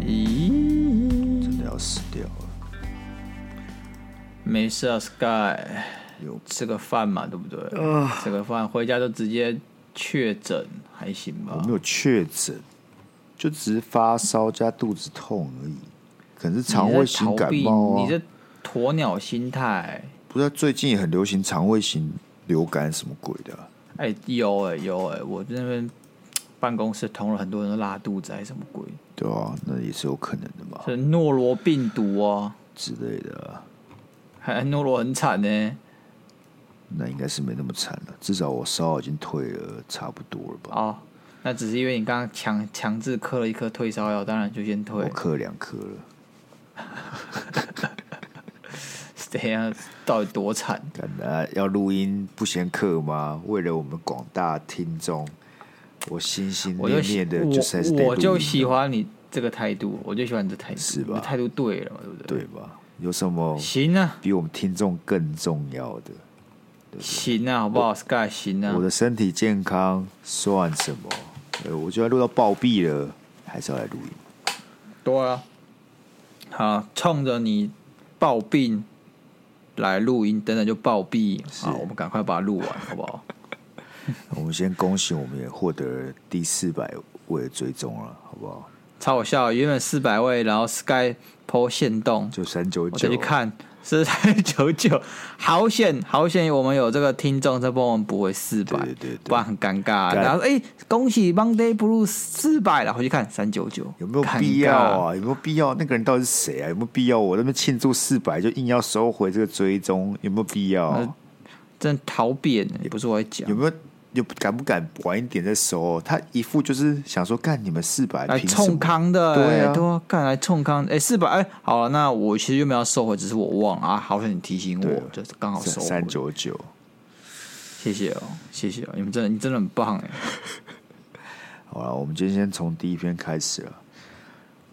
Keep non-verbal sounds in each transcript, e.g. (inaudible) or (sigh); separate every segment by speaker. Speaker 1: 咦，
Speaker 2: 真的要死掉了。
Speaker 1: 没事啊，Sky，
Speaker 2: 有
Speaker 1: 吃个饭嘛，对不对？
Speaker 2: 啊
Speaker 1: 吃个饭回家就直接确诊，还行吧
Speaker 2: 我？没有确诊，就只是发烧加肚子痛而已，可能是肠胃
Speaker 1: 你在
Speaker 2: 型
Speaker 1: 逃
Speaker 2: 感
Speaker 1: 避，
Speaker 2: 冒啊
Speaker 1: 你。这鸵鸟心态。
Speaker 2: 不是啊最近也很流行肠胃型流感什么鬼的啊、
Speaker 1: 哎、有哎、有哎、我那边办公室同了很多人都拉肚子还是什么鬼，
Speaker 2: 对啊，那也是有可能的嘛
Speaker 1: 是诺罗病毒哦，
Speaker 2: 之类的啊、
Speaker 1: 还诺罗很惨欸呢、
Speaker 2: 那应该是没那么惨了，至少我烧已经退了差不多了吧？
Speaker 1: 哦，那只是因为你刚刚强强制嗑了一颗退烧药，当然就先哦退
Speaker 2: 我。
Speaker 1: (laughs)
Speaker 2: 刻两颗了，
Speaker 1: 这样到底多惨？
Speaker 2: 干啊！要录音不先刻吗？为了我们广大听众，我心心
Speaker 1: 我就
Speaker 2: 念
Speaker 1: 喜
Speaker 2: 念的就是还是得
Speaker 1: 我我就
Speaker 2: 录音的
Speaker 1: 喜欢你这个态度，我就喜欢你这态度，
Speaker 2: 是吧
Speaker 1: 你的态度对了嘛，对不对？
Speaker 2: 对哦吧？有什么
Speaker 1: 行啊，
Speaker 2: 比我们听众更重要的？
Speaker 1: 行啊，好不好？Sky，行啊
Speaker 2: 我，的身体健康算什么？呃，我就要录到暴毙了，还是要来录音？
Speaker 1: 对啊，好，冲着你暴病来录音，等等就暴毙啊！我们赶快把它录完，好不好？
Speaker 2: 我们先恭喜，我们也获得了第四百位的追踪了，好不好？
Speaker 1: 超好笑，原本四百位，然后 Sky 破限动，
Speaker 2: 就三九
Speaker 1: 我再
Speaker 2: 九
Speaker 1: 去，看 (laughs) 四三九九，好险好险，我们有这个听众在帮我们补回四百，
Speaker 2: 对对对
Speaker 1: 不然很尴尬。
Speaker 2: 干
Speaker 1: 然后哎、恭喜 Monday Blue 四百了，回去看三九九，
Speaker 2: 有没有
Speaker 1: 尴
Speaker 2: 必要
Speaker 1: 尬？
Speaker 2: 啊？有没有必要？那个人到底是谁啊？有没有必要？我那边庆祝四百就硬要收回这个追踪，有没有必要？
Speaker 1: 呃真讨扁、也不是我在讲
Speaker 2: 有，没有？有敢不敢晚一点再收？他一副就是想说，干你们四百，
Speaker 1: 来冲康的、欸，
Speaker 2: 对啊
Speaker 1: 都要干来冲康，哎、4四百，哎，好了，那我其实原本要收回，只是我忘了啊，好险你提醒
Speaker 2: 对
Speaker 1: 我，就是刚好收回，
Speaker 2: 三九九。
Speaker 1: 谢谢哦，谢谢哦，你们真的你真的很棒哎、
Speaker 2: 好了，我们今天先从第一篇开始了。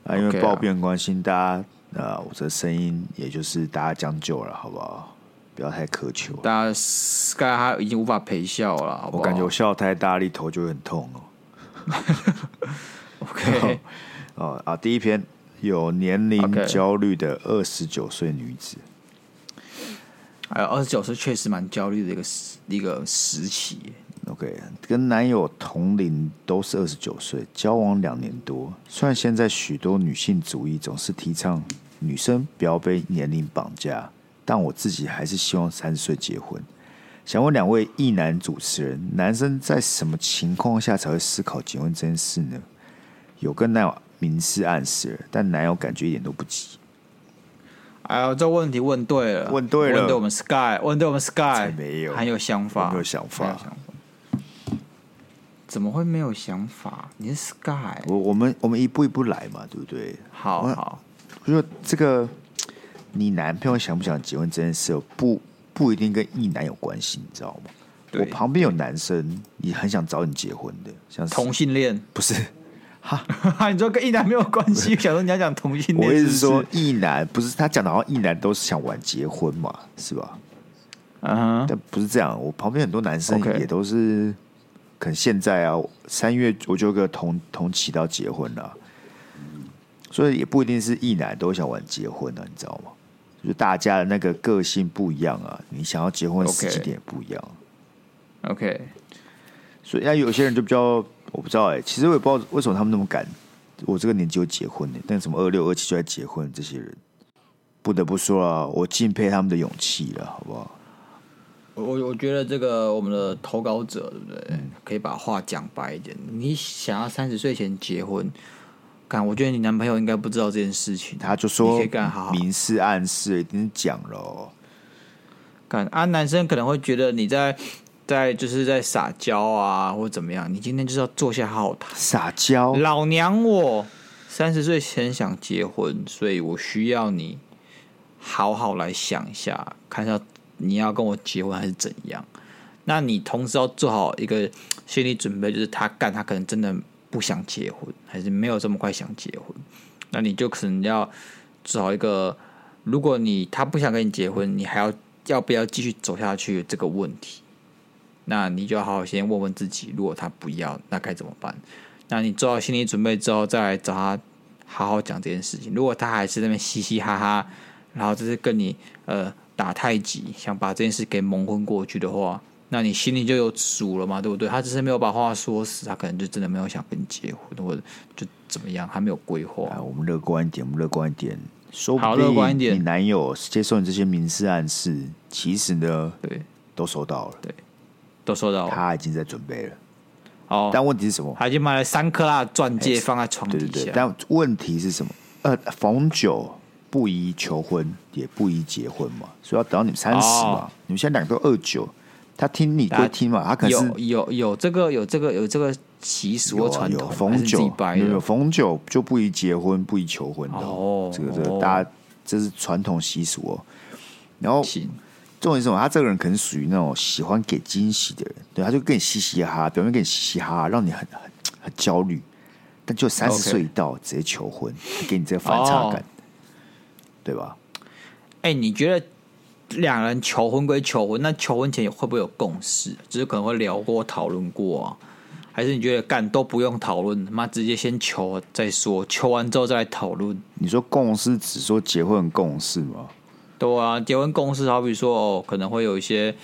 Speaker 2: 啊，因
Speaker 1: OK
Speaker 2: 为
Speaker 1: 啊
Speaker 2: 暴病关心大家，呃，我这声音也就是大家将就了，好不好？不要太苛求。
Speaker 1: 大家 Sky 他已经无法陪笑了，好不
Speaker 2: 我
Speaker 1: 好
Speaker 2: 感觉我笑太大力，头就会很痛哦。 (laughs)
Speaker 1: OK。
Speaker 2: 哦啊，第一篇有年龄
Speaker 1: OK
Speaker 2: 焦虑的二十九岁女子
Speaker 1: 哎，二十九岁确实蛮焦虑的一个时一个时期耶。
Speaker 2: ，OK，跟男友同龄都是二十九岁，交往两年多。虽然现在许多女性主义总是提倡女生不要被年龄绑架，但我自己还是希望三十岁结婚。想问两位异男主持人，男生在什么情况下才会思考结婚这件事呢？有跟男友明示暗示了，但男友感觉一点都不急。
Speaker 1: 哎呦，这问题问对了，
Speaker 2: 问对了
Speaker 1: 问对我们 Sky，问对我们 Sky，
Speaker 2: 没有
Speaker 1: 很有想法，
Speaker 2: 我没有想法
Speaker 1: 很有想怎么会没有想法？你是 Sky，
Speaker 2: 我我们我们一步一步来嘛，对不对？
Speaker 1: 好
Speaker 2: 我
Speaker 1: 好，
Speaker 2: 我觉得这个你男朋友想不想结婚这件事，哦不不一定跟异男有关系，你知道吗？
Speaker 1: 对
Speaker 2: 我旁边有男生，也很想找你结婚的，像是
Speaker 1: 同性恋， (laughs)
Speaker 2: 不是？
Speaker 1: 你说跟一男没有关系，想说你要讲同性恋，
Speaker 2: 我意思
Speaker 1: 是
Speaker 2: 是
Speaker 1: 不
Speaker 2: 说
Speaker 1: 是，
Speaker 2: 异男不是他讲的，好像异男都是想玩结婚嘛，是吧？
Speaker 1: 嗯哼，
Speaker 2: 但不是这样，我旁边很多男生
Speaker 1: OK
Speaker 2: 也都是可能现在啊，三月我就有个同同期到结婚了啊、所以也不一定是一男都想玩结婚啊，你知道吗？就是大家的那个个性不一样啊，你想要结婚的
Speaker 1: OK
Speaker 2: 时机点也不一样啊
Speaker 1: OK，
Speaker 2: 所以那有些人就比较，我不知道哎、其实我也不知道为什么他们那么敢，我这个年纪就结婚呢、但什么二六二七就在结婚，这些人不得不说啊，我敬佩他们的勇气了，好不好？
Speaker 1: 我我我觉得这个我们的投稿者对不对？可以把话讲白一点。你想要三十岁前结婚，看我觉得你男朋友应该不知道这件事情，
Speaker 2: 他就
Speaker 1: 你
Speaker 2: 说
Speaker 1: 可以干好好
Speaker 2: 明示暗示，已经讲了哦、
Speaker 1: 干啊。男生可能会觉得你在在就是在撒娇啊，或怎么样。你今天就是要坐下好好谈。
Speaker 2: 撒娇，
Speaker 1: 老娘我三十岁前想结婚，所以我需要你好好来想一下，看一下你要跟我结婚还是怎样。那你同时要做好一个心理准备，就是他干，他可能真的不想结婚，还是没有这么快想结婚。那你就可能要做好一个，如果你他不想跟你结婚，你还要要不要继续走下去这个问题。那你就好好先问问自己，如果他不要，那该怎么办？那你做好心理准备之后，再来找他好好讲这件事情。如果他还是在那边嘻嘻哈哈，然后就是跟你呃打太极，想把这件事给蒙混过去的话，那你心里就有数了嘛，对不对？他只是没有把话说死，他可能就真的没有想跟你结婚，或者就怎么样，还没有规划。
Speaker 2: 啊，我们乐观一点，我们乐观一点，说
Speaker 1: 好
Speaker 2: 不定
Speaker 1: 乐观一点
Speaker 2: 你男友接受你这些明示暗示，其实呢
Speaker 1: 对，
Speaker 2: 都收到了，
Speaker 1: 都收到了。
Speaker 2: 他已经在准备了。
Speaker 1: 哦，
Speaker 2: 但问题是什么？
Speaker 1: 他已经买了三克拉的钻戒放在床
Speaker 2: 哎对
Speaker 1: 底
Speaker 2: 对对，
Speaker 1: 下。
Speaker 2: 但问题是什么？呃，逢九不宜求婚，也不宜结婚嘛，所以要等到你们三十嘛。
Speaker 1: 哦
Speaker 2: 你们现在两个都二九，他听你归听嘛，他可能是
Speaker 1: 有有有这个有这个有这个习俗
Speaker 2: 有
Speaker 1: 和
Speaker 2: 啊
Speaker 1: 传
Speaker 2: 有
Speaker 1: 统，还
Speaker 2: 逢
Speaker 1: 是自己
Speaker 2: 九
Speaker 1: 掰
Speaker 2: 没有
Speaker 1: 的？
Speaker 2: 逢九就不宜结婚，不宜求婚的
Speaker 1: 哦
Speaker 2: 这个这个
Speaker 1: 哦
Speaker 2: 大家这是传统习俗哦。然后
Speaker 1: 行，
Speaker 2: 重点是什么？他这个人可能属于那种喜欢给惊喜的人，对，他就跟你嘻嘻哈哈，表面跟你嘻嘻哈哈，让你很很很焦虑，但就三十
Speaker 1: OK
Speaker 2: 岁一到直接求婚，给你这个反差感，
Speaker 1: 哦
Speaker 2: 对吧？
Speaker 1: 哎、你觉得两人求婚归求婚，那求婚前会不会有共识？就是可能会聊过、讨论过啊？还是你觉得干都不用讨论，妈直接先求再说，求完之后再来讨论？
Speaker 2: 你说共识只说结婚共识吗？
Speaker 1: 对啊，结婚共识好比说哦，可能会有一些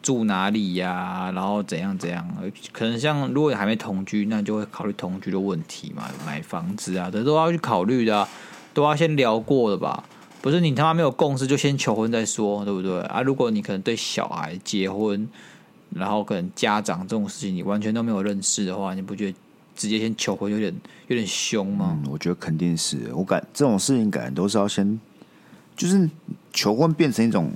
Speaker 1: 住哪里呀、然后怎样怎样，呃可能像如果你还没同居，那就会考虑同居的问题嘛，买房子啊，这都要去考虑的、啊，都要先聊过的吧。不是你他妈没有共识就先求婚再说，对不对啊？如果你可能对小孩结婚，然后可能家长这种事情你完全都没有认识的话，你不觉得直接先求婚有点有点凶吗？
Speaker 2: 嗯，我觉得肯定是我感这种事情，感觉都是要先，就是求婚变成一种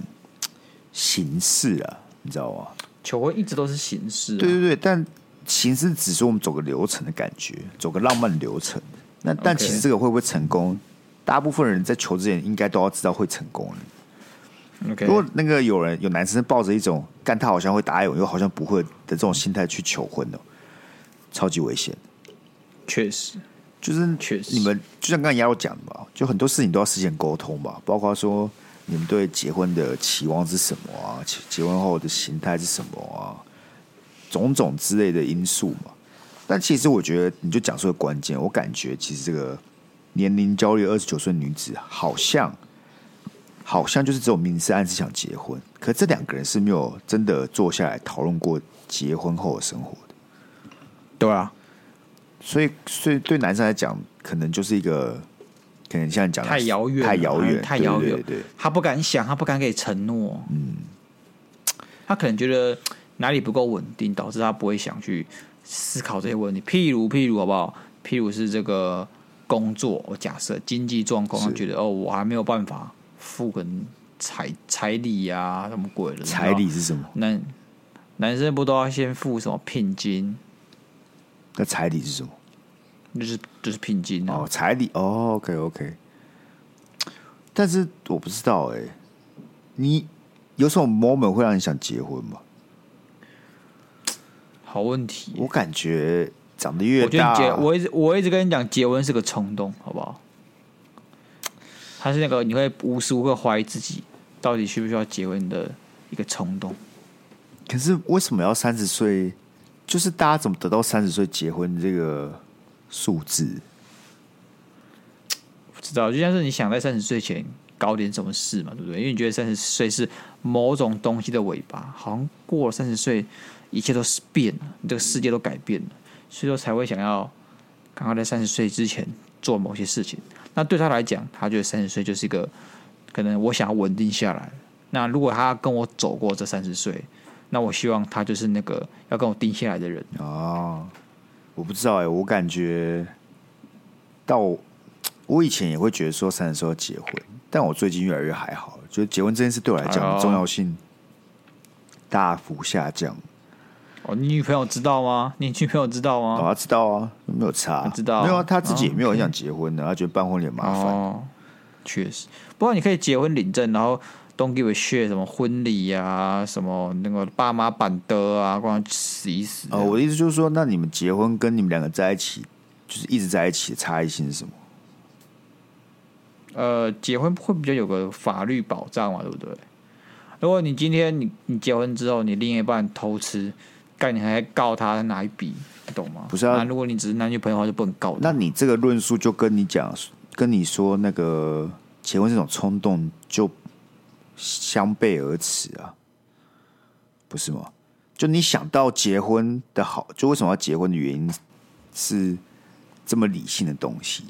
Speaker 2: 形式啊，你知道吗？
Speaker 1: 求婚一直都是形式、啊，
Speaker 2: 对对对，但形式只是我们走个流程的感觉，走个浪漫流程。那但
Speaker 1: OK
Speaker 2: 其实这个会不会成功，大部分人在求之前应该都要知道会成功的。
Speaker 1: OK，
Speaker 2: 如果那个有人有男生抱着一种干他好像会答应我，又好像不会的这种心态去求婚的，超级危险。
Speaker 1: 确实。
Speaker 2: 就是
Speaker 1: 确实
Speaker 2: 你们就像刚才亚肉讲的嘛，就很多事情都要事先沟通吧，包括说你们对结婚的期望是什么啊，结结婚后的形态是什么啊，种种之类的因素嘛。但其实我觉得，你就讲出了关键，我感觉其实这个年龄焦虑二十九岁女子，好像好像就是只有明示暗示想结婚，可这两个人是没有真的坐下来讨论过结婚后的生活的。
Speaker 1: 对啊，
Speaker 2: 所以，所以对男生来讲，可能就是一个，可能像你讲的
Speaker 1: 太遥远了，嗯
Speaker 2: 太遥远，
Speaker 1: 太遥远，
Speaker 2: 对对对对
Speaker 1: 他不敢想，他不敢给承诺，嗯，他可能觉得哪里不够稳定，导致他不会想去思考这些问题。譬如，譬如好不好？譬如是这个工作，我假设经济状况，
Speaker 2: 是
Speaker 1: 他觉得哦，我还没有办法付个彩彩礼呀，啊什么鬼的
Speaker 2: 彩礼，是什么？
Speaker 1: 男男生不都要先付什么聘金？
Speaker 2: 那彩礼是什么？
Speaker 1: 就是就是聘金啊
Speaker 2: 哦，，彩礼哦，OK OK。但是我不知道哎、你有什么 moment 会让你想结婚吗？
Speaker 1: 好问题啊耶。
Speaker 2: 我感觉长得越
Speaker 1: 我觉得
Speaker 2: 大
Speaker 1: 你，结，我一直我一直跟你讲，结婚是个冲动，好不好？它是那个你会无时无刻怀疑自己到底需不需要结婚的一个冲动。
Speaker 2: 可是为什么要三十岁？就是大家怎么得到三十岁结婚这个数字？
Speaker 1: 不知道，就像是你想在三十岁前搞点什么事嘛，对不对？因为你觉得三十岁是某种东西的尾巴，好像过了三十岁，一切都是变了，你这个世界都改变了，所以说才会想要赶快在三十岁之前做某些事情。那对他来讲，他觉得三十岁就是一个可能我想要稳定下来。那如果他跟我走过这三十岁，那我希望他就是那个要跟我定下来的人。
Speaker 2: 哦，我不知道哎、我感觉到我以前也会觉得说三十岁要结婚，但我最近越来越还好了，就是结婚这件事对我来
Speaker 1: 哎
Speaker 2: 讲
Speaker 1: 呦
Speaker 2: 重要性大幅下降。
Speaker 1: 哦，你女朋友知道吗？你女朋友知道
Speaker 2: 哦，
Speaker 1: 吗？
Speaker 2: 他知道啊，没有差，
Speaker 1: 知道
Speaker 2: 没有啊，他自己也没有很
Speaker 1: 哦
Speaker 2: 想结婚的，他觉得办婚礼很麻烦。
Speaker 1: 哦，确实，不过你可以结婚领证，然后 don't give a shit 什么婚礼呀、什么那个爸妈板的啊，光死一死。啊
Speaker 2: 哦，我的意思就是说，那你们结婚跟你们两个在一起，就是一直在一起的差异性是什么？
Speaker 1: 呃，结婚会比较有个法律保障嘛，对不对？如果你今天你你结婚之后，你另一半偷吃，干你还告他哪一笔，你懂吗？
Speaker 2: 不是啊
Speaker 1: 那如果你只是男女朋友的话，就不能告他。
Speaker 2: 那你这个论述就跟你讲，跟你说那个结婚这种冲动就相悖而驰啊，不是吗？就你想到结婚的好，就为什么要结婚的原因是这么理性的东西，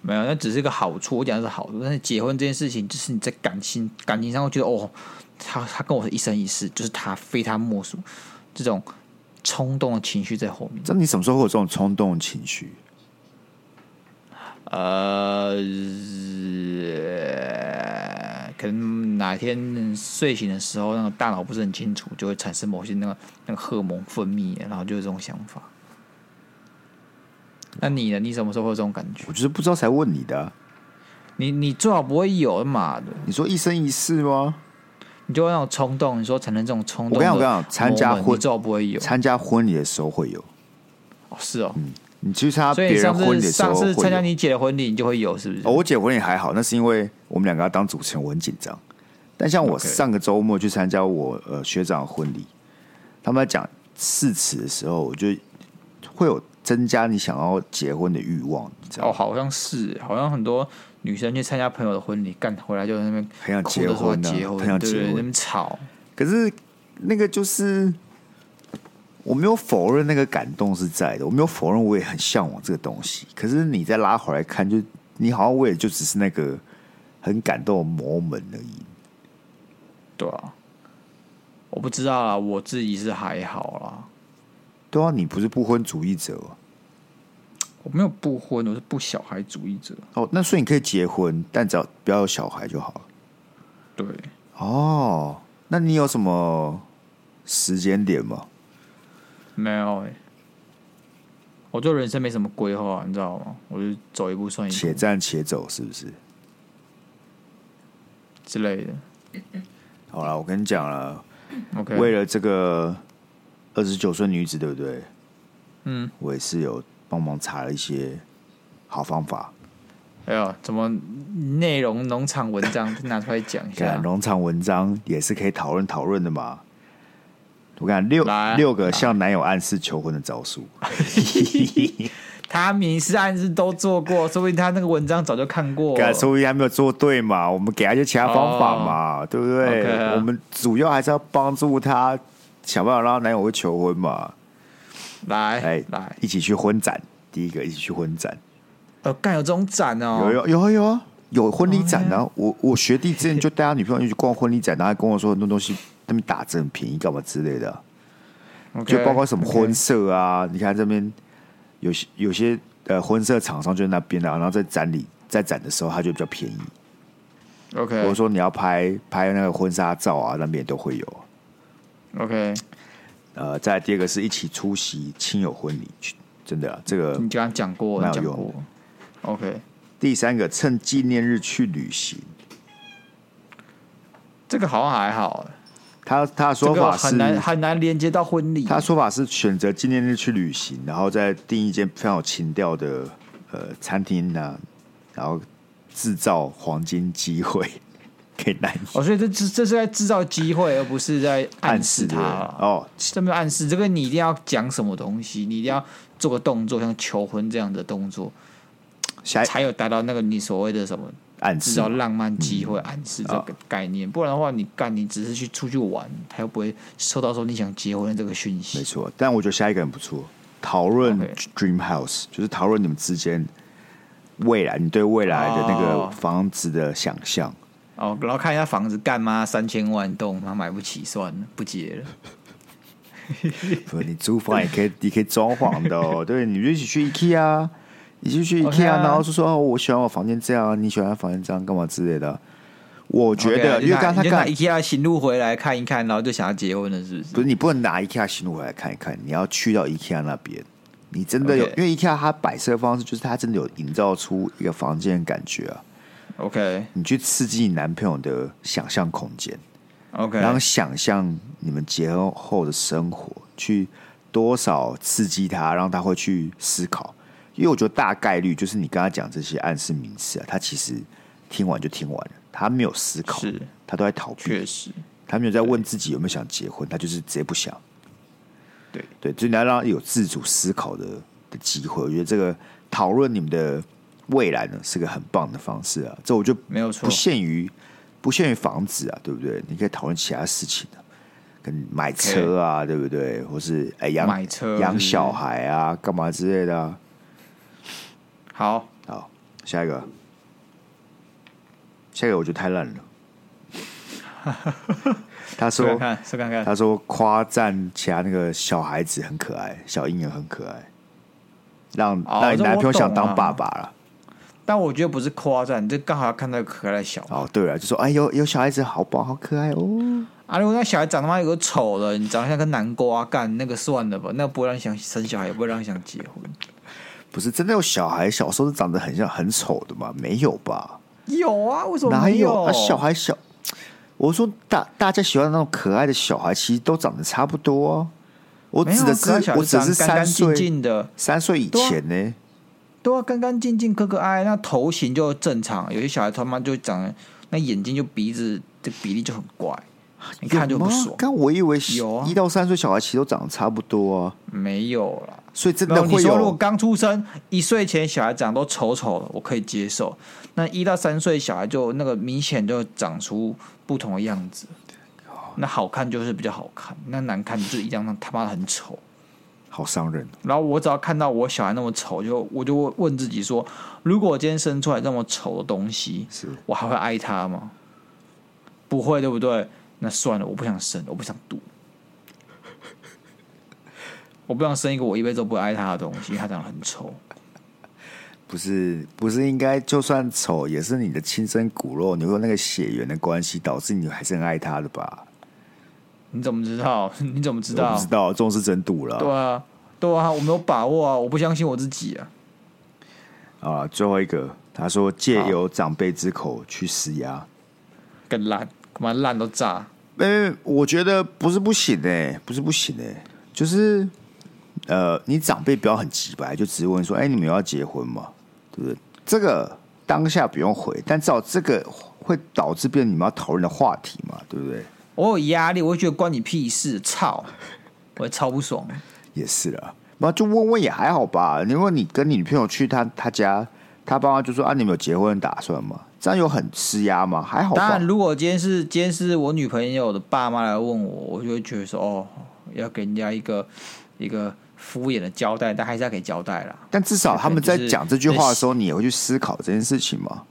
Speaker 1: 没有，那只是个好处。我讲的是好处，但是结婚这件事情，就是你在感情感情上会觉得，哦，他他跟我是一生一世，就是他非他莫属，这种冲动的情绪在后面。
Speaker 2: 这你什么时候会有这种冲动情绪？
Speaker 1: 呃，可能哪天睡醒的时候，那个大脑不是很清楚，就会产生某些那个那个荷尔蒙分泌，然后就有这种想法。那你呢？你什么时候会有这种感觉
Speaker 2: 我？就是不知道才问你的啊、
Speaker 1: 你你最好不会有妈的，
Speaker 2: 你说一生一世吗？
Speaker 1: 你就会那种冲动，你说产生这种冲动
Speaker 2: 我
Speaker 1: 的
Speaker 2: 跟你
Speaker 1: moment，
Speaker 2: 讲我跟你讲参加婚
Speaker 1: 你最好不会有。
Speaker 2: 参加婚礼的时候会有，
Speaker 1: 哦是哦，
Speaker 2: 你去参加
Speaker 1: 所以
Speaker 2: 别
Speaker 1: 你
Speaker 2: 人
Speaker 1: 上
Speaker 2: 婚
Speaker 1: 次
Speaker 2: 礼的时候
Speaker 1: 上
Speaker 2: 会
Speaker 1: 次参加
Speaker 2: 有。
Speaker 1: 你姐的婚礼，你就会有，是不是？
Speaker 2: 哦，我姐婚礼还好，那是因为我们两个要当主持人，我很紧张。但像我
Speaker 1: OK
Speaker 2: 上个周末去参加我呃学长的婚礼，他们在讲誓词的时候，我就会有增加你想要结婚的欲望，你知道
Speaker 1: 哦，
Speaker 2: 吗？
Speaker 1: 好像是，好像很多女生去参加朋友的婚礼，干回来就在那边
Speaker 2: 很想
Speaker 1: 哭
Speaker 2: 结
Speaker 1: 着说
Speaker 2: 婚啊
Speaker 1: 结婚，
Speaker 2: 很想
Speaker 1: 对对
Speaker 2: 结
Speaker 1: 对，
Speaker 2: 婚
Speaker 1: 那边吵。
Speaker 2: 可是那个就是我没有否认那个感动是在的，我没有否认我也很向往这个东西。可是你再拉回来看，就你好像我也就只是那个很感动的 moment 而已。
Speaker 1: 对啊，我不知道啦，啊我自己是还好啦，
Speaker 2: 对啊，你不是不婚主义者哦吗
Speaker 1: 我没有不婚，我是不小孩主义者。
Speaker 2: 哦，那所以你可以结婚，但只要不要有小孩就好了。
Speaker 1: 对，
Speaker 2: 哦，那你有什么时间点吗？
Speaker 1: 没有、欸，我对人生没什么规划，你知道吗？我就走一步算一步
Speaker 2: 且战且走，是不是？
Speaker 1: 之类的。
Speaker 2: 好了，我跟你讲了，
Speaker 1: OK，
Speaker 2: 为了这个二十九岁女子，对不对？
Speaker 1: 嗯，
Speaker 2: 我也是有帮忙查了一些好方法，
Speaker 1: 哎呦，怎么内容农场文章拿出来讲一下
Speaker 2: 看？农场文章也是可以讨论讨论的嘛。我跟你讲六
Speaker 1: 来
Speaker 2: 六个向男友暗示求婚的招数，
Speaker 1: 他明示暗示都做过，说不定他那个文章早就看过。
Speaker 2: 敢说明还没有做对嘛？我们给他一些其他方法嘛，对不对
Speaker 1: OK 啊
Speaker 2: 我们主要还是要帮助他想办法让他男友会求婚嘛。
Speaker 1: 来
Speaker 2: 来
Speaker 1: 来，
Speaker 2: 一起去婚展，第一个一起去婚展，
Speaker 1: 呃，干有这种展哦，
Speaker 2: 有有有啊有啊，有婚礼展啊。我我学弟之前就带他女朋友一起逛婚礼展，然后还跟我说很多东西他们打折很便宜，干嘛之类的啊、
Speaker 1: OK，
Speaker 2: 就包括什么
Speaker 1: OK
Speaker 2: 婚摄啊你看这边有些有些呃婚摄厂商就在那边啊，然后在展里在展的时候它就比较便宜。
Speaker 1: OK，
Speaker 2: 我说你要拍拍那个婚纱照啊，那边都会有。
Speaker 1: OK，
Speaker 2: 呃，再来第二个是一起出席亲友婚礼，去真的啊、这个
Speaker 1: 你刚刚讲过，
Speaker 2: 蛮
Speaker 1: 你
Speaker 2: 有
Speaker 1: 讲
Speaker 2: 用的
Speaker 1: 过。OK，
Speaker 2: 第三个趁纪念日去旅行。
Speaker 1: 这个好像还好，
Speaker 2: 他他的
Speaker 1: 这
Speaker 2: 说
Speaker 1: 个
Speaker 2: 法是
Speaker 1: 很，难很难连接到婚礼。
Speaker 2: 他的说法是选择纪念日去旅行，然后再订一间非常有情调的呃餐厅呢、然后制造黄金机会 (laughs) 给男友
Speaker 1: 哦，所以这这这是在制造机会，而不是在
Speaker 2: 暗
Speaker 1: 示
Speaker 2: 示
Speaker 1: 他啊
Speaker 2: 的
Speaker 1: 啦。
Speaker 2: 哦。
Speaker 1: 这没有暗示，这个你一定要讲什么东西，你一定要做个动作，像求婚这样的动作，
Speaker 2: 下一
Speaker 1: 才有达到那个你所谓的什么
Speaker 2: 暗
Speaker 1: 制
Speaker 2: 示啊
Speaker 1: 造浪漫机会、暗示这
Speaker 2: 哦
Speaker 1: 个概念。不然的话，你干你只是去出去玩，他又不会收到说你想结婚的这个讯
Speaker 2: 没
Speaker 1: 息。
Speaker 2: 错，但我觉得下一个很不错，讨论
Speaker 1: OK
Speaker 2: dream house 就是讨论你们之间未来，你对未来的那个
Speaker 1: 哦
Speaker 2: 房子的想象。
Speaker 1: 哦，然后看一下房子干嘛三千万栋，他买不起算了，不结了。
Speaker 2: 不，你租房也
Speaker 1: (laughs)
Speaker 2: 可以，你可以装潢的哦。对，你就一起去 IKEA，一啊起去
Speaker 1: OK
Speaker 2: IKEA，、
Speaker 1: 啊
Speaker 2: 然后就说哦，我喜欢我房间这样，你喜欢房间这样，干嘛之类的。我觉
Speaker 1: OK，
Speaker 2: 得啊因为刚
Speaker 1: 你
Speaker 2: 他
Speaker 1: 就拿
Speaker 2: 刚
Speaker 1: IKEA 行路回来看一看，然后就想要结婚了，是不是？
Speaker 2: 不是你不能拿 IKEA 行路回来看一看，你要去到 IKEA 那边，你真的有
Speaker 1: OK
Speaker 2: 因为 IKEA 它摆设方式就是它真的有营造出一个房间的感觉啊，
Speaker 1: OK
Speaker 2: 你去刺激你男朋友的想象空间。
Speaker 1: OK，
Speaker 2: 然后想象你们结婚后的生活，去多少刺激他，让他会去思考。因为我觉得大概率就是你跟他讲这些暗示明示啊，他其实听完就听完了，他没有思考
Speaker 1: 是，
Speaker 2: 他都在逃避，
Speaker 1: 确实。
Speaker 2: 他没有在问自己有没有想结婚，他就是直接不想。
Speaker 1: 对
Speaker 2: 对，就你要让他有自主思考的的机会。我觉得这个讨论你们的未来呢，是个很棒的方式啊。这我就
Speaker 1: 没有错
Speaker 2: 不限于不限于房子啊，对不对？你可以讨论其他事情啊，跟买车啊，对不对？或是哎养
Speaker 1: 买车是
Speaker 2: 养
Speaker 1: 不是
Speaker 2: 小孩啊，干嘛之类的啊。
Speaker 1: 好，
Speaker 2: 好，下一个，下一个我觉得太烂了。他
Speaker 1: 试看
Speaker 2: 说，
Speaker 1: 看，试看看。
Speaker 2: 他说夸赞其他那个小孩子很可爱，小婴儿很可爱，让、
Speaker 1: 哦
Speaker 2: 让你
Speaker 1: 这
Speaker 2: 男
Speaker 1: 我
Speaker 2: 朋友想
Speaker 1: 懂
Speaker 2: 当
Speaker 1: 啊
Speaker 2: 爸爸了。
Speaker 1: 但我觉得不是夸赞，这刚好要看到可爱的小孩
Speaker 2: 哦，对了，就说哎，有有小孩子好棒，好可爱哦。
Speaker 1: 啊！如果那小孩长他妈有个丑的，你长得像个南瓜干，那个算了吧，那不会让你想生小孩，也不会让你想结婚。
Speaker 2: 不是真的有小孩小时候是长得很像很丑的吗？没有吧？
Speaker 1: 有啊，为什么
Speaker 2: 哪
Speaker 1: 没
Speaker 2: 有？啊、小孩小，我说大大家喜欢那种可爱的小孩，其实都长得差不多、啊。我
Speaker 1: 没有
Speaker 2: 指
Speaker 1: 啊
Speaker 2: 的
Speaker 1: 可爱
Speaker 2: 是
Speaker 1: 小孩
Speaker 2: 我只
Speaker 1: 长
Speaker 2: 是
Speaker 1: 干干
Speaker 2: 三
Speaker 1: 净
Speaker 2: 岁，
Speaker 1: 净的，
Speaker 2: 三岁以前呢、
Speaker 1: 对啊，干干净净、可可爱爱，那头型就正常。有些小孩他妈就长得那眼睛就鼻子的比例就很怪，你看就
Speaker 2: 有
Speaker 1: 不
Speaker 2: 吗
Speaker 1: 爽。
Speaker 2: 刚我以为
Speaker 1: 有啊
Speaker 2: 一到三岁小孩其实都长得差不多啊，
Speaker 1: 没有啦，
Speaker 2: 所以真
Speaker 1: 然
Speaker 2: 的
Speaker 1: 后你
Speaker 2: 会
Speaker 1: 说如果
Speaker 2: 有
Speaker 1: 刚出生一岁前小孩长都丑丑的，我可以接受。那一到三岁小孩就那个明显就长出不同的样子，那好看就是比较好看，那难看就是一样，那他妈的很丑。
Speaker 2: 好伤人。
Speaker 1: 然后我只要看到我小孩那么丑，就我就会问自己说：如果我今天生出来这么丑的东西，
Speaker 2: 是
Speaker 1: 我还会爱他吗？不会，对不对？那算了，我不想生，我不想赌， (laughs) 我不想生一个我一辈子都不会爱他的东西，因为他长得很丑。
Speaker 2: 不是不是应该就算丑也是你的亲生骨肉，你会有那个血缘的关系导致你还是很爱他的吧？
Speaker 1: 你怎么知道？ (laughs) 你怎么知
Speaker 2: 我
Speaker 1: 道
Speaker 2: 不知？道，这种是真赌了。
Speaker 1: 对啊，对啊，我没有把握啊，我不相信我自己啊。
Speaker 2: 啊，最后一个，他说借由长辈之口去施压，
Speaker 1: 更烂，干嘛烂都炸？
Speaker 2: 呃，我觉得不是不行哎、不是不行哎、就是呃，你长辈不要很急白，就直接问说，哎、你们有要结婚吗？对不对？这个当下不用回，但至少这个会导致变成你们要讨论的话题嘛，对不对？
Speaker 1: 我有压力，我会觉得关你屁事，操！我会超不爽。
Speaker 2: 也是啦，那就问问也还好吧。如果你跟你女朋友去他他家，他爸妈就说啊，你们有结婚的打算吗？这样有很施压吗？还好吧。
Speaker 1: 当然，如果今天是今天是我女朋友的爸妈来问我，我就会觉得说，哦，要给人家一个一个敷衍的交代，但还是要给交代啦。
Speaker 2: 但至少他们在讲这句话的时候，你也会去思考这件事情嘛？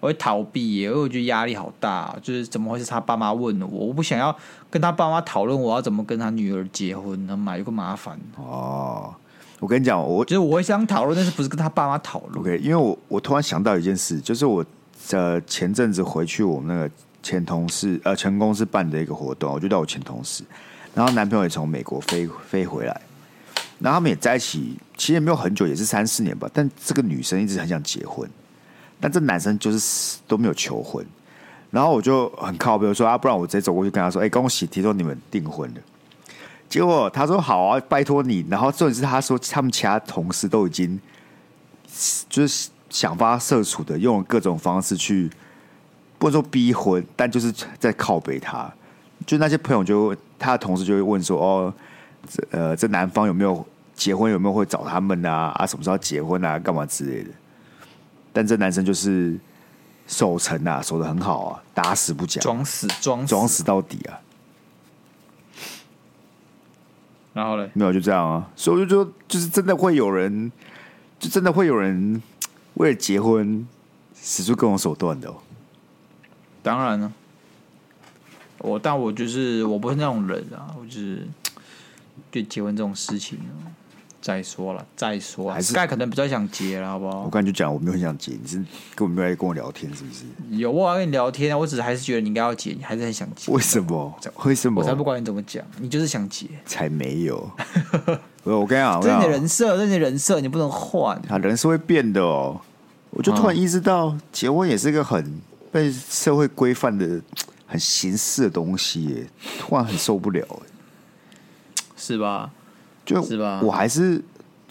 Speaker 1: 我会逃避耶，因为我觉得压力好大，就是怎么会是他爸妈问我？我不想要跟他爸妈讨论我要怎么跟他女儿结婚，他妈有个麻烦。
Speaker 2: 哦，我跟你讲，我
Speaker 1: 就是我会想讨论，但是不是跟他爸妈讨论？
Speaker 2: OK，因为我我突然想到一件事，就是我呃前阵子回去我们那个前同事呃前公司办的一个活动，我就带我前同事，然后男朋友也从美国飞飞回来，然后他们也在一起，其实也没有很久，也是三四年吧。但这个女生一直很想结婚，但这男生就是死都没有求婚。然后我就很靠背，我说啊，不然我直接走过去跟他说，哎、恭喜，听说你们订婚了。结果他说好啊，拜托你。然后重点是他说他们其他同事都已经就是想方设处的用各种方式去，不能说逼婚，但就是在靠北他。就那些朋友就他的同事就会问说：“哦，这呃，这男方有没有结婚？有没有会找他们啊？啊，什么时候结婚啊？干嘛之类的？”但这男生就是守城啊，守的很好啊，打死不讲，
Speaker 1: 装死，装
Speaker 2: 装，死到底啊。
Speaker 1: 然后嘞，
Speaker 2: 没有，就这样啊。所以我就说，就是真的会有人，就真的会有人为了结婚使出各种手段的、哦。
Speaker 1: 当然了，我但我就是我不是那种人啊，我就是对结婚这种事情啊、再说了，再说啊
Speaker 2: 还是
Speaker 1: ，Sky 可能比较想结了，好不
Speaker 2: 我
Speaker 1: 好？
Speaker 2: 刚才就讲，我没有很想结，你是根本没有来跟我聊天，
Speaker 1: (laughs)
Speaker 2: 是不是？
Speaker 1: 有我有跟你聊天啊，我只是还是觉得你应该要结，你还是很想结。
Speaker 2: 为什么？为什么
Speaker 1: 我？才不管你怎么讲，你就是想结，
Speaker 2: 才没有。
Speaker 1: (laughs)
Speaker 2: 不是我跟你讲，我啊
Speaker 1: 这是
Speaker 2: 跟
Speaker 1: 你的
Speaker 2: 你讲
Speaker 1: 人，设，这是你的人设，你不能换。
Speaker 2: 啊，人是会变的哦。我就突然意识到，
Speaker 1: 嗯
Speaker 2: 结婚也是一个很被社会规范的、很形式的东西耶，突然很受不了耶。
Speaker 1: 是吧？
Speaker 2: 就是
Speaker 1: 吧
Speaker 2: 我还是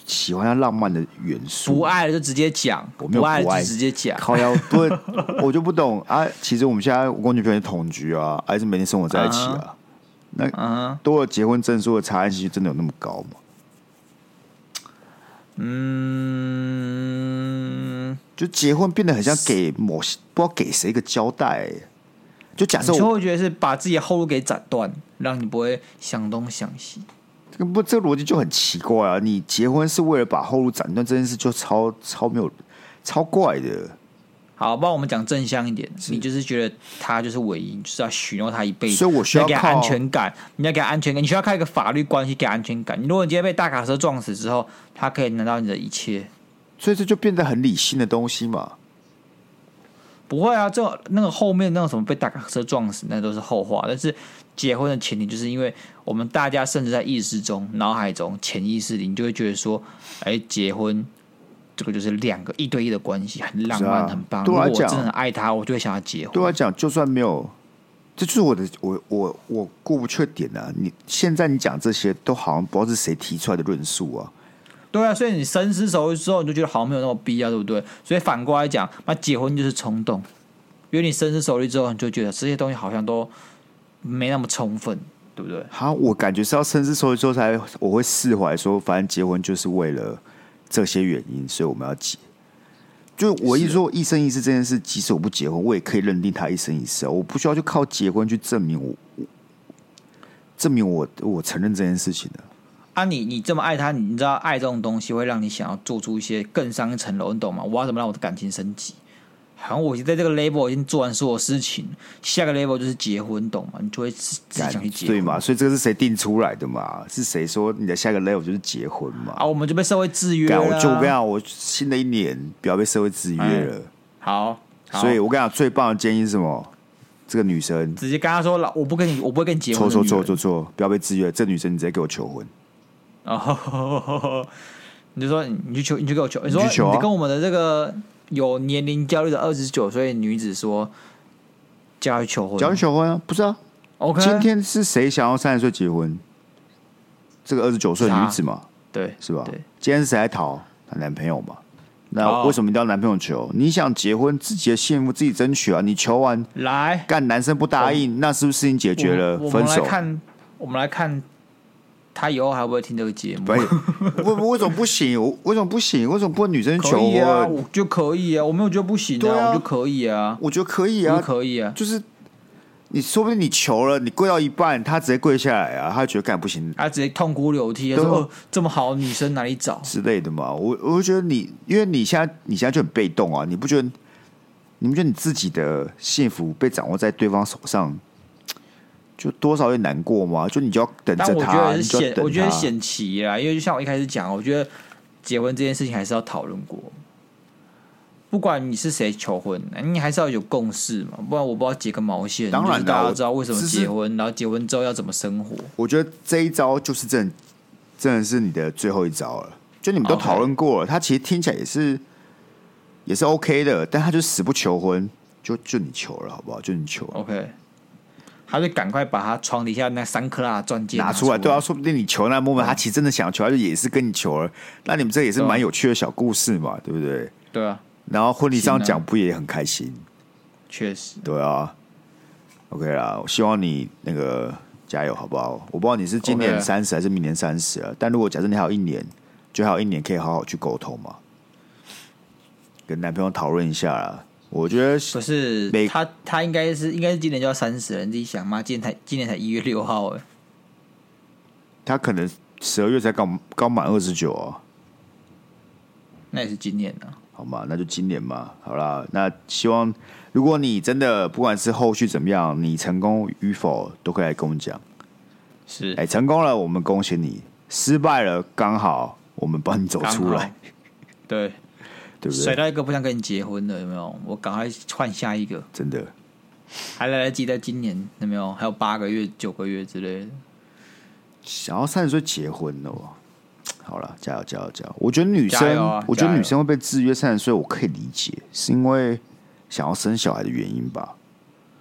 Speaker 2: 喜欢上浪漫的元素。
Speaker 1: 不爱了就直接讲，
Speaker 2: 我没有
Speaker 1: 不爱
Speaker 2: 不爱
Speaker 1: 了就直接讲。
Speaker 2: 靠腰，不是，我就不懂啊。其实我们现在我跟我女朋友同居啊，还是每天生活在一起啊。那
Speaker 1: 嗯哼，
Speaker 2: 多了结婚证书的查案系数真的有那么高吗？
Speaker 1: 嗯，
Speaker 2: 就结婚变得很像给某些不知道给谁一个交代、欸就假设
Speaker 1: 你就
Speaker 2: 我
Speaker 1: 会觉得是把自己的后路给斩断，让你不会想东想西。
Speaker 2: 这个不这个逻辑就很奇怪啊！你结婚是为了把后路斩断这件事，就超超没有超怪的。
Speaker 1: 好，帮我们讲正向一点，你就是觉得他就是唯一，你就是要许诺他一辈子，
Speaker 2: 所以我需要
Speaker 1: 你给他
Speaker 2: 靠
Speaker 1: 安全感，你要给他安全感，你需要靠一个法律关系给他安全感。你如果你今天被大卡车撞死之后，他可以拿到你的一切。
Speaker 2: 所以这就变得很理性的东西嘛。
Speaker 1: 不会啊，这种那个后面那种什么被大卡车撞死，那都是后话。但是结婚的前提，就是因为我们大家甚至在意识中、脑海中、潜意识里，你就会觉得说，哎，结婚这个就是两个一对一的关系，很浪漫，
Speaker 2: 是啊
Speaker 1: 很棒。
Speaker 2: 对
Speaker 1: 如
Speaker 2: 我
Speaker 1: 果
Speaker 2: 来
Speaker 1: 我真
Speaker 2: 讲
Speaker 1: 的很爱他，我就会想要结婚。
Speaker 2: 对我来讲，就算没有，这就是我的我我我过不去的点啊！你现在你讲这些，都好像不知道是谁提出来的论述啊。
Speaker 1: 对啊，所以你深思熟虑之后，你就觉得好像没有那么必要，对不对？所以反过来讲，那结婚就是冲动，因为你深思熟虑之后，你就觉得这些东西好像都没那么充分，对不对？
Speaker 2: 好，我感觉是要深思熟虑之后才我会释怀，说反正结婚就是为了这些原因，所以我们要结。就我一说一生一世这件事，即使我不结婚，我也可以认定他一生一世啊！我不需要去靠结婚去证明我，我证明我我承认这件事情的、
Speaker 1: 啊你，你这么爱他，你你知道爱这种东西会让你想要做出一些更上一层楼，你懂吗？我要怎么让我的感情升级？好像我已经在这个 level 已经做完所有事情，下个 level 就是结婚，懂吗？你就会自自己想去结婚
Speaker 2: 对嘛？所以这个是谁定出来的嘛？是谁说你的下个 level 就是结婚嘛？
Speaker 1: 啊，我们就被社会制约
Speaker 2: 干
Speaker 1: 了啊、
Speaker 2: 我就我跟你讲，我新的一年不要被社会制约了，
Speaker 1: 好，哎好
Speaker 2: 所以我跟你讲，最棒的建议是什么？这个女生
Speaker 1: 直接跟他说老，我不跟你，我不会跟你结婚
Speaker 2: 错
Speaker 1: 的女
Speaker 2: 错
Speaker 1: 人。
Speaker 2: 错错错，不要被制约。这女生你直接给我求婚，
Speaker 1: 哦，你就说你你去求，你去给我求，你说
Speaker 2: 去求啊
Speaker 1: 你跟我们的这个有年龄焦虑的二十九岁女子说，叫她去求婚，
Speaker 2: 叫你求婚啊？不是啊，
Speaker 1: ，OK，
Speaker 2: 今天是谁想要三十岁结婚？这个二十九岁的女子嘛，
Speaker 1: 对
Speaker 2: 是吧
Speaker 1: 啊对，？
Speaker 2: 今天是谁在逃？她男朋友嘛。那
Speaker 1: 哦
Speaker 2: 为什么一定要男朋友求？你想结婚，自己的幸福自己争取啊！你求完，
Speaker 1: 来，
Speaker 2: 干男生不答应，那是不是事情解决
Speaker 1: 哦
Speaker 2: 了
Speaker 1: 我们我
Speaker 2: 分
Speaker 1: 们来
Speaker 2: 手？
Speaker 1: 看，我们来看他以后还会不会听这个节目？
Speaker 2: 不，不 (laughs) 不，为什么不行？ (laughs) 我为什么不行？为什么不能女生求
Speaker 1: 可以啊，
Speaker 2: 婚？
Speaker 1: 我就可以啊，我没有觉得不行
Speaker 2: 对啊
Speaker 1: 我就可以啊，
Speaker 2: 我觉得可以
Speaker 1: 我
Speaker 2: 啊
Speaker 1: 就，可以啊。
Speaker 2: 就是你说不定你求了，你跪到一半，他直接跪下来啊，他觉得干不行
Speaker 1: 他直接痛哭流涕，
Speaker 2: 对
Speaker 1: 说
Speaker 2: 啊：“
Speaker 1: 哦，这么好的女生哪里找？
Speaker 2: 之类的嘛。我我就觉得你，因为你现在你现在就很被动啊，你不觉得？你不觉得你自己的幸福被掌握在对方手上，就多少有点难过吗？就你就要等
Speaker 1: 但
Speaker 2: 着
Speaker 1: 我觉
Speaker 2: 他，
Speaker 1: 得是
Speaker 2: 你就要
Speaker 1: 险，我
Speaker 2: 等
Speaker 1: 觉得
Speaker 2: 他。
Speaker 1: 险棋啦，因为就像我一开始讲，我觉得结婚这件事情还是要讨论过。不管你是谁求婚，你还是要有共识嘛，不然我不知道结个毛线。
Speaker 2: 当然啦啊
Speaker 1: 就是大家
Speaker 2: 我
Speaker 1: 都知道为什么
Speaker 2: 只是
Speaker 1: 结婚，然后结婚之后要怎么生活。
Speaker 2: 我觉得这一招就是真的真的是你的最后一招了。就你们都
Speaker 1: OK
Speaker 2: 讨论过了，他其实听起来也是也是 OK 的，但他就死不求婚，就就你求了好不好？就你求了
Speaker 1: OK，他就赶快把他床底下那三克拉的钻戒
Speaker 2: 拿
Speaker 1: 出
Speaker 2: 出来，对啊，
Speaker 1: 啊，
Speaker 2: 说不定你求那 moment，他其实真的想求，他就也是跟你求了。那你们这也是
Speaker 1: 对啊
Speaker 2: 蛮有趣的小故事嘛，对不对？
Speaker 1: 对啊，
Speaker 2: 然后婚礼上
Speaker 1: 行啊
Speaker 2: 讲不也很开心？
Speaker 1: 确实。
Speaker 2: 对啊，OK 啦，我希望你那个加油好不好？我不知道你是今
Speaker 1: OK
Speaker 2: 年
Speaker 1: 啊
Speaker 2: 三十还是明年三十啊，但如果假设你还有一年，就还有一年可以好好去沟通嘛，跟男朋友讨论一下啦。我觉得
Speaker 1: 不是
Speaker 2: 每
Speaker 1: 他，他应该是应该是今年就要三十了，你自己想嘛，今年才今年才一月六号哎，
Speaker 2: 他可能十二月才刚刚满二十九啊，
Speaker 1: 那也是今年啊。
Speaker 2: 好嘛，那就今年嘛，好啦。那希望如果你真的不管是后续怎么样，你成功与否都可以来跟我们讲。
Speaker 1: 是
Speaker 2: 哎、，成功了我们恭喜你，失败了刚好我们帮你走
Speaker 1: 刚
Speaker 2: 出
Speaker 1: 好
Speaker 2: 来，
Speaker 1: 对，
Speaker 2: 对不对
Speaker 1: 甩？到一个不想跟你结婚的有没有？我赶快换下一个，
Speaker 2: 真的，
Speaker 1: 还来得及在今年有没有？还有八个月、九个月之类的。
Speaker 2: 想要三十岁结婚了哦。好了，加油加油加油！我觉得女
Speaker 1: 加
Speaker 2: 生，
Speaker 1: 油啊
Speaker 2: 我觉得
Speaker 1: 加油
Speaker 2: 女生会被制约三十岁，我可以理解，是因为想要生小孩的原因吧？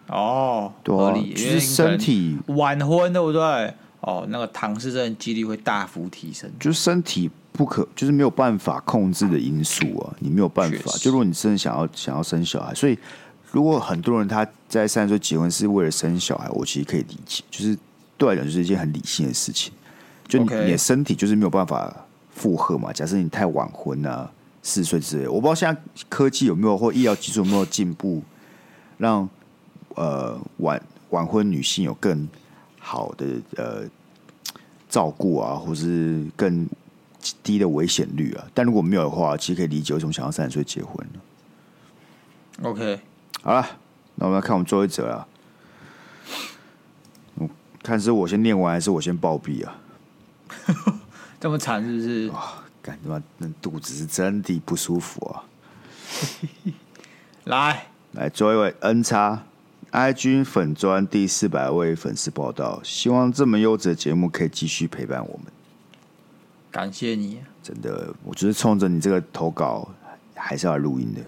Speaker 1: 哦，
Speaker 2: 对
Speaker 1: 合
Speaker 2: 啊，
Speaker 1: 理，
Speaker 2: 就
Speaker 1: 因为
Speaker 2: 是
Speaker 1: 你可能
Speaker 2: 身体，
Speaker 1: 晚婚对不对？哦，那个唐氏症的几率会大幅提升。
Speaker 2: 就是身体不可，就是没有办法控制的因素啊，你没有办法
Speaker 1: 确。实
Speaker 2: 就如果你真的想要想要生小孩，所以如果很多人他在三十岁结婚是为了生小孩，我其实可以理解，就是对我来讲就是一件很理性的事情。就你
Speaker 1: OK
Speaker 2: 你的身体就是没有办法负荷嘛。假设你太晚婚啊，四十岁之类的，我不知道现在科技有没有或医疗技术有没有进步，让呃晚晚婚女性有更好的呃照顾啊，或是更低的危险率啊。但如果没有的话，其实可以理解为什么想要三十岁结婚。
Speaker 1: OK，
Speaker 2: 好了，那我们来看我们最后一则啊。我看是我先念完，还是我先暴毙啊？
Speaker 1: 这么惨是不是？
Speaker 2: 感他妈那肚子是真的不舒服啊！
Speaker 1: 来，
Speaker 2: 来，最后一位 N 叉 IG 粉砖第四百位粉丝报道，希望这么优质的节目可以继续陪伴我们。
Speaker 1: 感谢你，
Speaker 2: 真的，我就是冲着你这个投稿，还是要来录音的。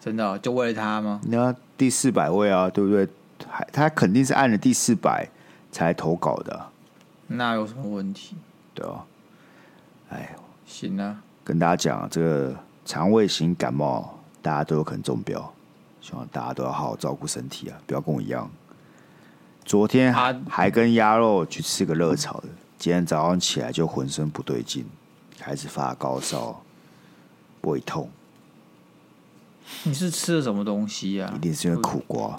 Speaker 1: 真的哦、就为了他吗？
Speaker 2: 那第四百位啊，对不对？还他肯定是按了第四百才投稿的啊，
Speaker 1: 那有什么问题？
Speaker 2: 对啊。哎，
Speaker 1: 行啊，
Speaker 2: 跟大家讲啊，这个肠胃型感冒，大家都有可能中标，希望大家都要好好照顾身体啊，不要跟我一样。昨天
Speaker 1: 啊
Speaker 2: 还跟鸭肉去吃个热炒的，今天早上起来就浑身不对劲，开始发高烧、胃痛，
Speaker 1: 你是吃了什么东西啊
Speaker 2: 一？定是因为苦瓜。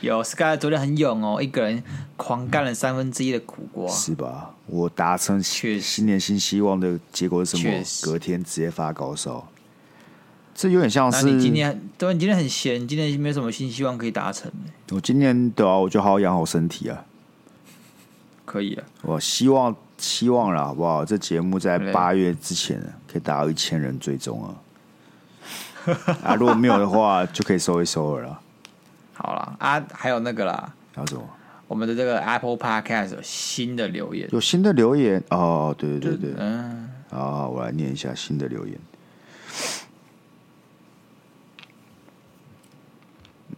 Speaker 1: 有 Sky 昨天很勇哦，一个人狂干了三分之一的苦瓜。
Speaker 2: 是吧？我达成
Speaker 1: 确实
Speaker 2: 新年新希望的结果是什么
Speaker 1: 确？实
Speaker 2: 隔天直接发高烧，这有点像
Speaker 1: 那
Speaker 2: 哦是
Speaker 1: 你今天对，你今天很闲，你今天没有什么新希望可以达成呢，
Speaker 2: 我今年对啊，我就好好养好身体啊！
Speaker 1: 可以啊，
Speaker 2: 我希望希望了，好不好？这节目在
Speaker 1: 对
Speaker 2: 八月之前可以达到一千人追踪啊！啊，如果没有的话，就可以收一收了啦。
Speaker 1: 好啦，啊，还有那个啦，
Speaker 2: 还有什么？
Speaker 1: 我们的这个 Apple Podcast 有新的留言，
Speaker 2: 有新的留言哦，对对对对，
Speaker 1: 嗯，
Speaker 2: 啊，我来念一下新的留言。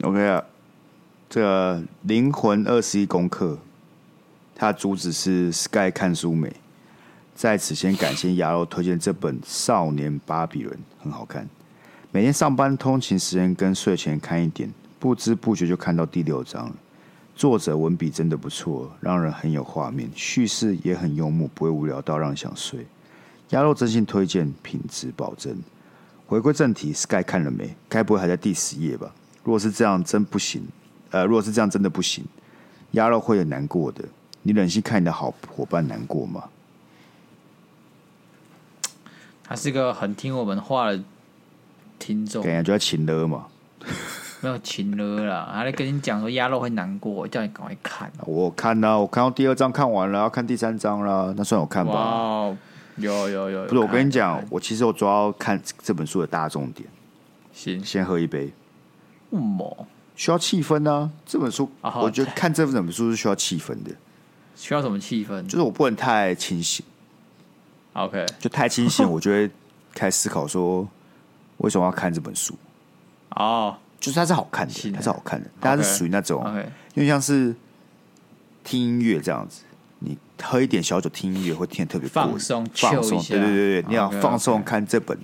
Speaker 2: OK 啊，这个灵魂二十一功课，它的主旨是 Sky 看书美，在此先感谢亚肉推荐这本《少年巴比伦》，很好看。每天上班通勤时间跟睡前看一点，不知不觉就看到第六章了。作者文笔真的不错，让人很有画面，叙事也很幽默，不会无聊到让人想睡。鸭肉真心推荐，品质保证。回归正题，Sky 看了没？该不会还在第十页吧？如果是这样，真不行。呃，如果是这样，真的不行。鸭肉会很难过的。你忍心看你的好伙伴难过吗？
Speaker 1: 他是个很听我们话的听众，
Speaker 2: 感觉就要请了嘛。
Speaker 1: 没有情了啦，他在跟你讲说鸭肉会难过，叫你赶快看，
Speaker 2: 我有看啦、我看到第二章看完了，要看第三章啦。那算我看
Speaker 1: 哇
Speaker 2: 吧。
Speaker 1: 哦，有有有有，
Speaker 2: 不是，我跟你
Speaker 1: 看
Speaker 2: 讲，，我其实有抓到看这本书的大重点。
Speaker 1: 行，
Speaker 2: 先喝一杯，
Speaker 1: 不猛，
Speaker 2: 需要气氛啊。这本书，
Speaker 1: 啊好
Speaker 2: 我觉得看这本书是需要气氛的，
Speaker 1: 需要什么气氛
Speaker 2: 就是我不能太清醒。
Speaker 1: ？OK，
Speaker 2: 就太
Speaker 1: (laughs)
Speaker 2: 清醒，我就会开始思考说，为什么要看这本书？
Speaker 1: 哦
Speaker 2: 就是它是好看的，
Speaker 1: 是的
Speaker 2: 它是好看的，但它是属于那种
Speaker 1: ，OK，
Speaker 2: 因为像是听音乐这样子，你喝一点小酒听音乐会听得特别过瘾
Speaker 1: 放松
Speaker 2: 放
Speaker 1: chill
Speaker 2: 松
Speaker 1: 一，下
Speaker 2: 对对对对，你要
Speaker 1: OK，OK
Speaker 2: 放松看这本，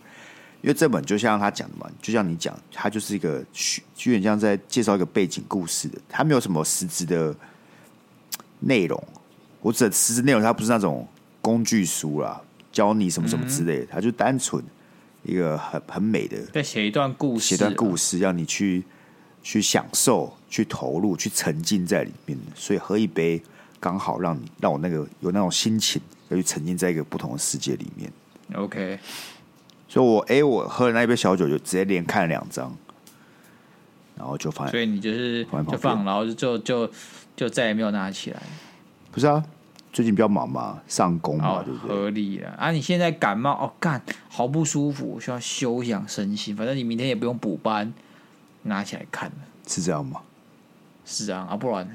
Speaker 2: 因为这本就像他讲的嘛，就像你讲，它就是一个虚有点像在介绍一个背景故事的，它没有什么实质的内容，我指的实质内容，它不是那种工具书啦，教你什么什么之类的，它就单纯一个很很美的
Speaker 1: 再写一段故事，
Speaker 2: 写段故事，让你去去享受、去投入、去沉浸在里面的。所以喝一杯刚好让你让我那个有那种心情，要去沉浸在一个不同的世界里面。
Speaker 1: ，OK，
Speaker 2: 所以我哎、我喝了那一杯小酒，就直接连看了两张，然后就发
Speaker 1: 所
Speaker 2: 现
Speaker 1: 以你就是
Speaker 2: 放在旁
Speaker 1: 就
Speaker 2: 边
Speaker 1: 放，然后就就就就再也没有拿起来，
Speaker 2: 不是啊，最近比较忙嘛，上工嘛，
Speaker 1: 哦
Speaker 2: 对，不对？
Speaker 1: 合理了啊！你现在感冒哦，干好不舒服，需要休养身心。反正你明天也不用补班，拿起来看了，
Speaker 2: 是这样吗
Speaker 1: 是啊，啊不然呢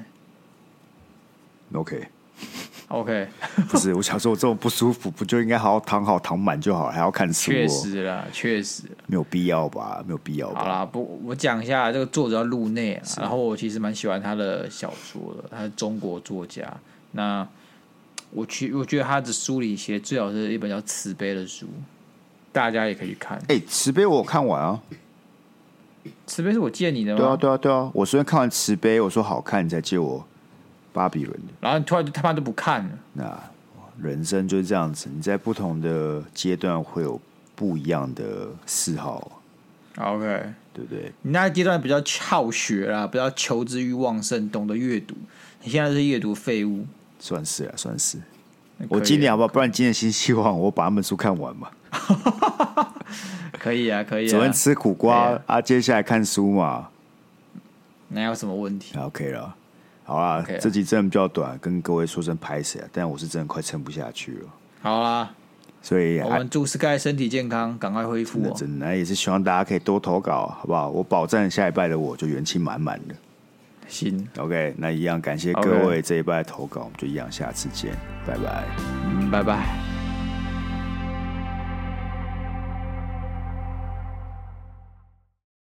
Speaker 2: ？OK，
Speaker 1: OK，
Speaker 2: 不是，我想说，我这种不舒服，不就应该好好躺好躺满就好了，还要看书、哦？
Speaker 1: 确实啦，确实。
Speaker 2: 没有必要吧？没有必要吧？
Speaker 1: 好啦，不，我讲一下这个作者叫陆内啊，然后我其实蛮喜欢他的小说的，他是中国作家。那我去，我觉得他的书里写最好是一本叫《慈悲》的书，大家也可以看。
Speaker 2: 哎、慈悲我看完啊，
Speaker 1: 慈悲是我借你的吗？
Speaker 2: 对啊，对啊，对啊，我昨天看完慈悲，我说好看，你才借我巴比伦的。
Speaker 1: 然后你突然就他妈都不看了，
Speaker 2: 那人生就是这样子，你在不同的阶段会有不一样的嗜好，
Speaker 1: OK，
Speaker 2: 对不对？
Speaker 1: 你那个阶段比较好学啦，比较求知欲旺盛，懂得阅读。你现在是阅读废物。
Speaker 2: 算是啊，算是。
Speaker 1: 那可以啊
Speaker 2: 我今年好不好？不然今年新希望我把他们书看完嘛。
Speaker 1: 可以啊，可以
Speaker 2: 昨
Speaker 1: 啊
Speaker 2: 天，吃苦瓜
Speaker 1: 对啊
Speaker 2: 啊，接下来看书嘛
Speaker 1: 哪有什么问题？
Speaker 2: 啊，OK 了。好啦
Speaker 1: OK 啊
Speaker 2: 这集真的比较短，跟各位说声拍谁啊！但我是真的快撑不下去了，
Speaker 1: 好啦，
Speaker 2: 所以
Speaker 1: 哦我
Speaker 2: 啊，
Speaker 1: 们祝 Sky 身体健康，赶快恢复、
Speaker 2: 那
Speaker 1: 哦。
Speaker 2: 真的啊也是希望大家可以多投稿，好不好？我保证下一拜的我就元气满满的。
Speaker 1: 行，
Speaker 2: OK，那一样感谢
Speaker 1: OK
Speaker 2: 各位这一拜的投稿，我们就一样，下次见，拜拜。
Speaker 1: 嗯拜拜。